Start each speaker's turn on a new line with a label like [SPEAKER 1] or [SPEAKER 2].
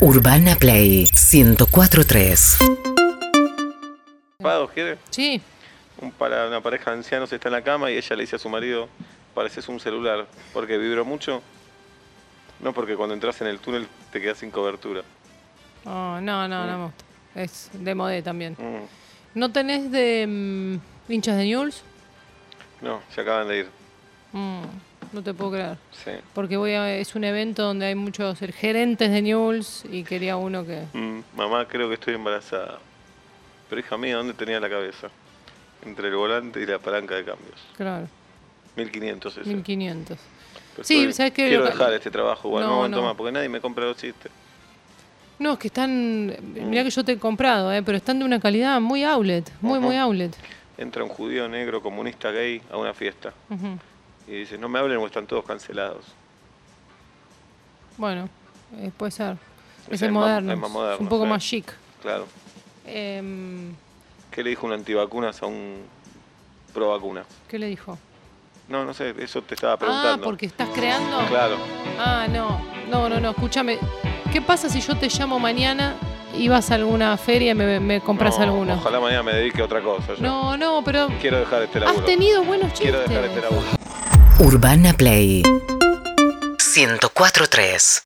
[SPEAKER 1] Urbana Play 1043.
[SPEAKER 2] Pado, ¿quiere?
[SPEAKER 3] Sí,
[SPEAKER 2] Un para una pareja de ancianos está en la cama y ella le dice a su marido, pareces un celular, porque vibro mucho. No, porque cuando entras en el túnel te quedas sin cobertura.
[SPEAKER 3] Oh, no, no, no me gusta. Es de modé también.
[SPEAKER 2] Mm,
[SPEAKER 3] ¿No tenés de mm, hinchas de News?
[SPEAKER 2] No, se acaban de ir.
[SPEAKER 3] Mm, no te puedo creer.
[SPEAKER 2] Sí.
[SPEAKER 3] Porque voy a, es un evento donde hay muchos gerentes de News y quería uno que...
[SPEAKER 2] Mm, mamá, creo que estoy embarazada. Pero hija mía, ¿dónde tenía la cabeza? Entre el volante y la palanca de cambios.
[SPEAKER 3] Claro,
[SPEAKER 2] 1500 ese.
[SPEAKER 3] 1500.
[SPEAKER 2] Pero
[SPEAKER 3] Sí,
[SPEAKER 2] estoy-
[SPEAKER 3] ¿sabes qué?
[SPEAKER 2] Quiero
[SPEAKER 3] Lo-
[SPEAKER 2] dejar este trabajo igual,
[SPEAKER 3] No,
[SPEAKER 2] no,
[SPEAKER 3] no.
[SPEAKER 2] toma, porque nadie me compra los chistes.
[SPEAKER 3] No, es que están... Mirá que yo te he comprado, eh, pero están de una calidad muy outlet, muy, muy outlet.
[SPEAKER 2] Entra un judío negro comunista gay a una fiesta
[SPEAKER 3] Ujú.
[SPEAKER 2] y dice, no me hablen o están todos cancelados.
[SPEAKER 3] Bueno, eh, puede ser.
[SPEAKER 2] Sí,
[SPEAKER 3] Es
[SPEAKER 2] hay
[SPEAKER 3] el
[SPEAKER 2] más-
[SPEAKER 3] moderno,
[SPEAKER 2] hay más
[SPEAKER 3] es un
[SPEAKER 2] modernos,
[SPEAKER 3] poco
[SPEAKER 2] sí.
[SPEAKER 3] más chic.
[SPEAKER 2] Claro.
[SPEAKER 3] Em,
[SPEAKER 2] ¿Qué le dijo un antivacunas a un pro vacuna?
[SPEAKER 3] ¿Qué le dijo?
[SPEAKER 2] No, no sé, eso te estaba
[SPEAKER 3] Ah,
[SPEAKER 2] preguntando.
[SPEAKER 3] porque estás creando...
[SPEAKER 2] Claro,
[SPEAKER 3] Ah, no. No, no, no. Escúchame. ¿Qué pasa si yo te llamo mañana y vas a alguna feria y me, me compras
[SPEAKER 2] no,
[SPEAKER 3] alguno?
[SPEAKER 2] Ojalá mañana me dedique a otra cosa. yo.
[SPEAKER 3] No, no, pero
[SPEAKER 2] Quiero dejar este laburo.
[SPEAKER 3] has tenido buenos chistes.
[SPEAKER 2] Quiero dejar este laburo.
[SPEAKER 1] Urbana Play 1043.